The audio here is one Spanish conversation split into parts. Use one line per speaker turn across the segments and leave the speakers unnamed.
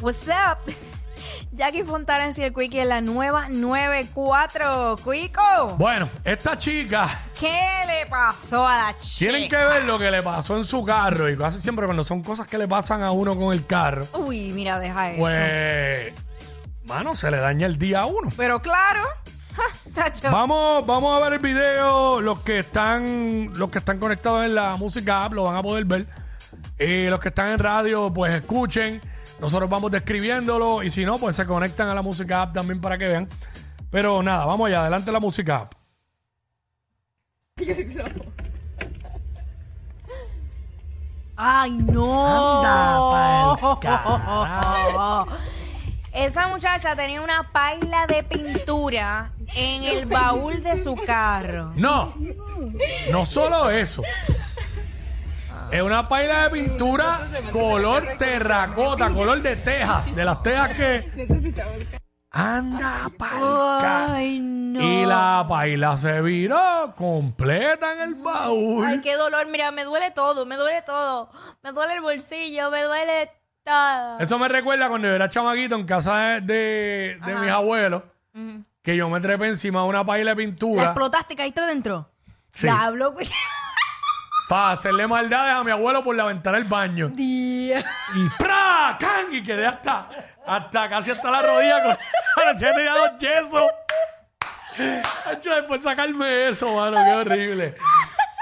What's up? Jackie Fontanes y el Quickie en la nueva 94. Quico,
Bueno, esta chica,
¿qué le pasó a la chica?
tienen que ver lo que le pasó en su carro. Y casi siempre cuando son cosas que le pasan a uno con el carro,
Uy, mira, deja eso.
pues, mano, se le daña el día a uno.
Pero claro, ja, tacho.
Vamos, vamos a ver el video. Los que están, los que están conectados en la música app lo van a poder ver. Y los que están en radio, pues escuchen. Nosotros vamos describiéndolo. Y si no, pues se conectan a la música app también para que vean. Pero nada, vamos allá, adelante la música app.
¡Ay, no! Esa muchacha tenía una paila de pintura en el baúl de su carro.
No, no solo eso. Es una paila de pintura color terracota, color de tejas, de las tejas que... Anda palca.
¡Ay, no!
Y la paila se viró completa en el
Ay,
baúl.
qué dolor, mira, me duele todo, me duele todo. Me duele el bolsillo, me duele todo.
Eso me recuerda cuando yo era chamaquito en casa de, de- de mis abuelos, que yo me trepé encima de una paila de
La
pintura
explotaste, caíste dentro.
Sí.
Diablo, güey.
para hacerle maldades a mi abuelo por la ventana del baño. y ¡pra! ¡Can! Y quedé hasta, hasta casi hasta la rodilla con la tenía dos yesos. Hacho, Después sacarme eso, mano, qué horrible.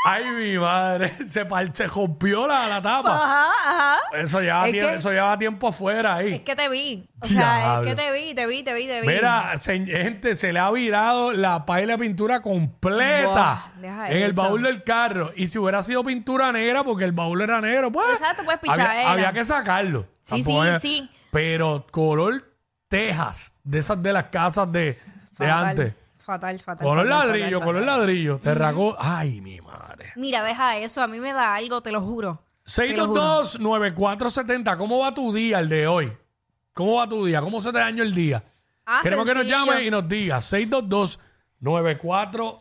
Ay, mi madre, se, par- se rompió la, la tapa.
Ajá, ajá.
Eso lleva,
Es
tiempo,
que-
eso lleva tiempo afuera
Es
ahí.
que te vi. O sea, es
Diablo.
que te vi, te vi, te vi, te vi.
Mira, se- gente, se le ha virado la paila de pintura completa
Buah, deja
en el
eso.
baúl del carro. Y si hubiera sido pintura negra, porque el baúl era negro, pues.
Exacto, pues, pichadera.
había, había que sacarlo.
Sí,
Tampoco
sí,
es-
sí.
Pero color tejas, de esas de las casas de, de
Fatal,
antes.
Fatal, fatal.
Color
fatal,
ladrillo,
fatal,
color
fatal.
ladrillo. Terracó. Ay, mi madre.
Mira, deja eso, a mí me da algo, te lo juro. Te lo juro.
622-9470. ¿Cómo va tu día el de hoy? ¿Cómo va tu día? ¿Cómo se te dañó el día?
Ah,
Queremos que
sencillo.
nos llame y nos diga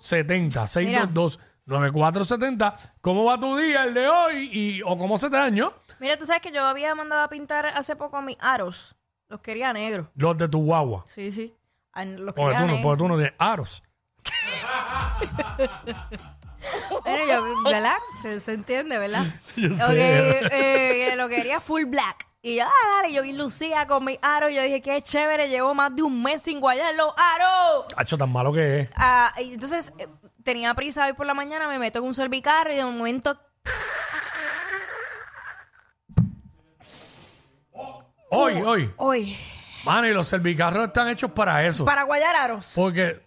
622-9470. 622-9470. ¿Cómo va tu día el de hoy? Y, ¿O cómo se te dañó?
Mira, tú sabes que yo había mandado a pintar hace poco mis aros. Los quería negros.
Los de tu guagua.
Sí, sí. Ah, Los
Porque
quería
tú, no,
negros.
porque tú no tienes aros. pues,
Bueno, Eh, yo, ¿verdad? Se, se entiende, ¿verdad?
Yo sé.
Ok, eh, eh, lo quería full black. Y yo, ah, dale, yo vi Lucía con mi aro. Y yo dije, qué chévere, llevo más de un mes sin guayar los aros.
Hacho, tan malo que es.
Ah, y entonces, eh, tenía prisa hoy por la mañana, me meto en un servicarro y de momento,
Hoy,
Uh.
hoy.
hoy,
Mano, y los servicarros están hechos para eso.
para guayar aros,
porque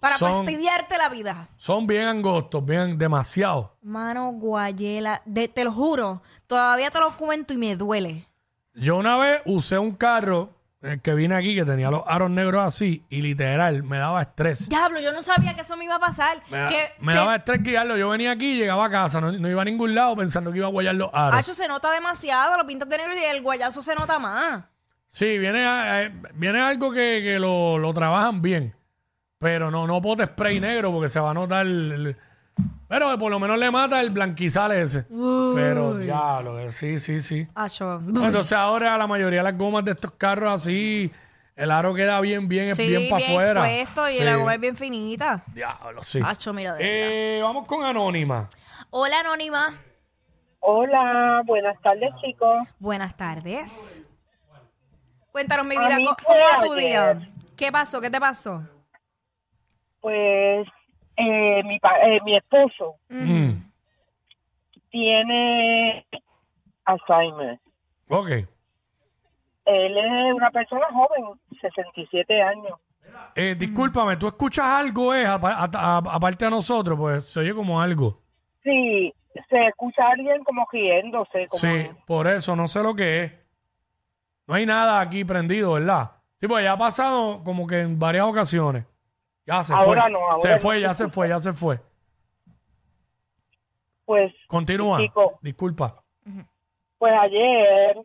para
son,
fastidiarte la vida.
son bien angostos, bien demasiado.
Mano, guayela, de- te lo juro, todavía te lo cuento y me duele.
Yo una vez usé un carro el que vine aquí que tenía los aros negros así y literal me daba estrés.
Diablo, yo no sabía que eso me iba a pasar.
Me, da-
que
me
se-
daba estrés guiarlo. Yo venía aquí, llegaba a casa, no, no iba a ningún lado pensando que iba a guayar los aros.
Hacho se nota demasiado, lo pintas de negro y el guayazo se nota más.
Sí, viene, a- eh, viene algo que, que lo, lo trabajan bien. Pero no, no pote spray negro porque se va a notar. el- el- pero por lo menos le mata el blanquizal ese. Pero diablo, que sí, sí, sí.
Hacho.
Entonces ahora la mayoría de las gomas de estos carros así, el aro queda bien, bien,
Sí,
bien
bien,
para afuera.
expuesto y Ah,
Sí.
la goma es bien finita.
Diablo, sí.
Hacho, mira de verdad.
Eh, vamos con Anónima.
Hola, Anónima.
Hola, buenas tardes chicos.
Buenas tardes. Cuéntanos, mi
A
vida,
mí
¿cómo
fue
va tu
ayer.
día? ¿Qué pasó? ¿Qué te pasó?
Pues eh, mi, pa- eh, mi esposo
Mm,
tiene Alzheimer.
Ok.
Él es una persona joven, 67 años.
Eh, discúlpame, ¿tú escuchas algo, eh, apa- a- a- aparte de nosotros? Pues se oye como algo.
Sí, se escucha a alguien como riéndose. Como,
Sí, por eso no sé lo que es. No hay nada aquí prendido, ¿verdad? Sí, pues ya ha pasado como que en varias ocasiones. Ya se
Ahora
fue.
no, ahora
se
no.
fue, ya se fue, ya se fue.
Pues,
Continúa.
Chico.
Disculpa.
pues ayer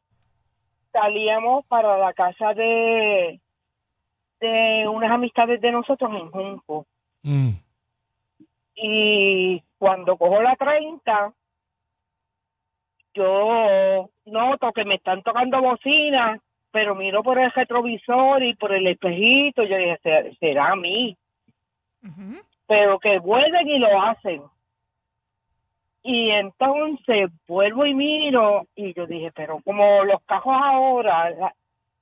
salíamos para la casa de, de unas amistades de nosotros en Junco.
Mm.
Y cuando cojo la 30, yo noto que me están tocando bocina, pero miro por el retrovisor y por el espejito. Yo dije, "Se- será a mí. Pero que vuelven y lo hacen. Y entonces vuelvo y miro y yo dije, pero como los cajos ahora, la,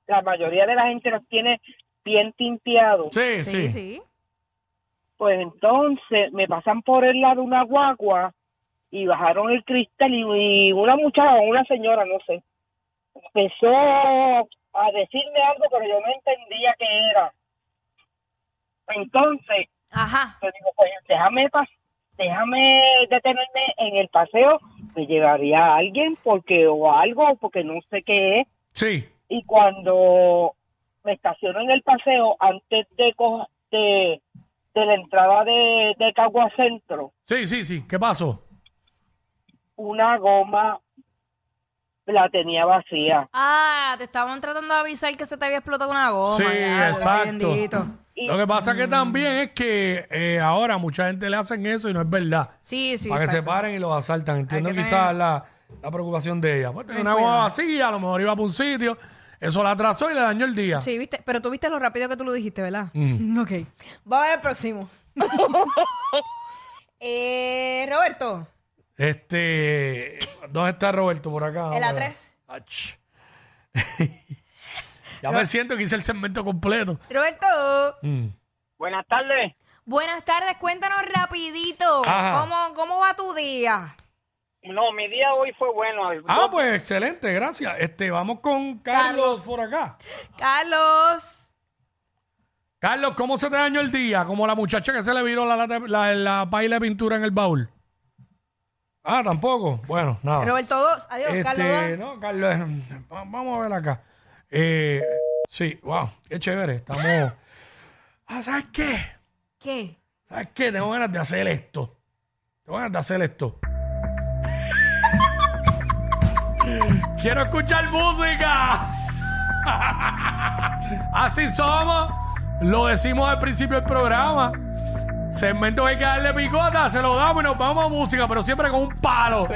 la mayoría de la gente los tiene bien tinteados.
Sí, sí.
sí.
Pues entonces me pasan por el lado una guagua y bajaron el cristal y, y una muchacha o una señora, no sé, empezó a decirme algo, pero yo no entendía qué era. Entonces
Ajá.
yo digo, pues déjame, pas- déjame detenerme en el paseo, me llevaría a alguien porque o algo, porque no sé qué es
Sí.
y cuando me estaciono en el paseo antes de co- de, de la entrada de, de Cagua Centro,
Sí, sí, sí. ¿Qué pasó?
una goma la tenía vacía.
Ah, te estaban tratando de avisar que se te había explotado una goma.
Sí,
ya, pues,
exacto.
bendito.
Y-
Lo que pasa que también es que eh, ahora mucha gente le hacen eso y no es verdad.
Sí, sí,
para que se
exacto.
paren y los asaltan. Entiendo
que
quizás la, la preocupación de ella. Pues tenía una
cuidado.
guagua vacía, a lo mejor iba para un sitio. Eso la atrasó y le dañó el día.
Sí, viste, pero tú viste lo rápido que tú lo dijiste, ¿verdad?
Mm.
Ok. Vamos a ver el próximo. eh, Roberto,
Este. ¿Dónde está Roberto por acá?
El
Hombre.
A3.
Ach. ya me siento que hice el segmento completo.
Roberto,
Buenas tardes.
buenas tardes, cuéntanos rapidito.
Ajá.
¿Cómo, ¿Cómo va tu día?
No, mi día hoy fue bueno.
Ah, pues excelente, gracias. Este, vamos con
Carlos.
Carlos, por acá.
Carlos.
Carlos, ¿cómo se te dañó el día? Como la muchacha que se le viró la, lata- la, la paila de pintura en el baúl. Ah, tampoco. Bueno, nada.
Roberto 2. Adiós,
Este,
Carlos 2.
No, Carlos, em, va- vamos a ver acá. Eh, sí, wow, qué chévere. Estamos. Ah, ¿sabes qué?
¿Qué?
¿Sabes qué? Tengo ganas de hacer esto. Tengo ganas de hacer esto. Quiero escuchar música. Así somos. Lo decimos al principio del programa. Segmento que hay que darle picota, se lo damos y nos vamos a música, pero siempre con un palo.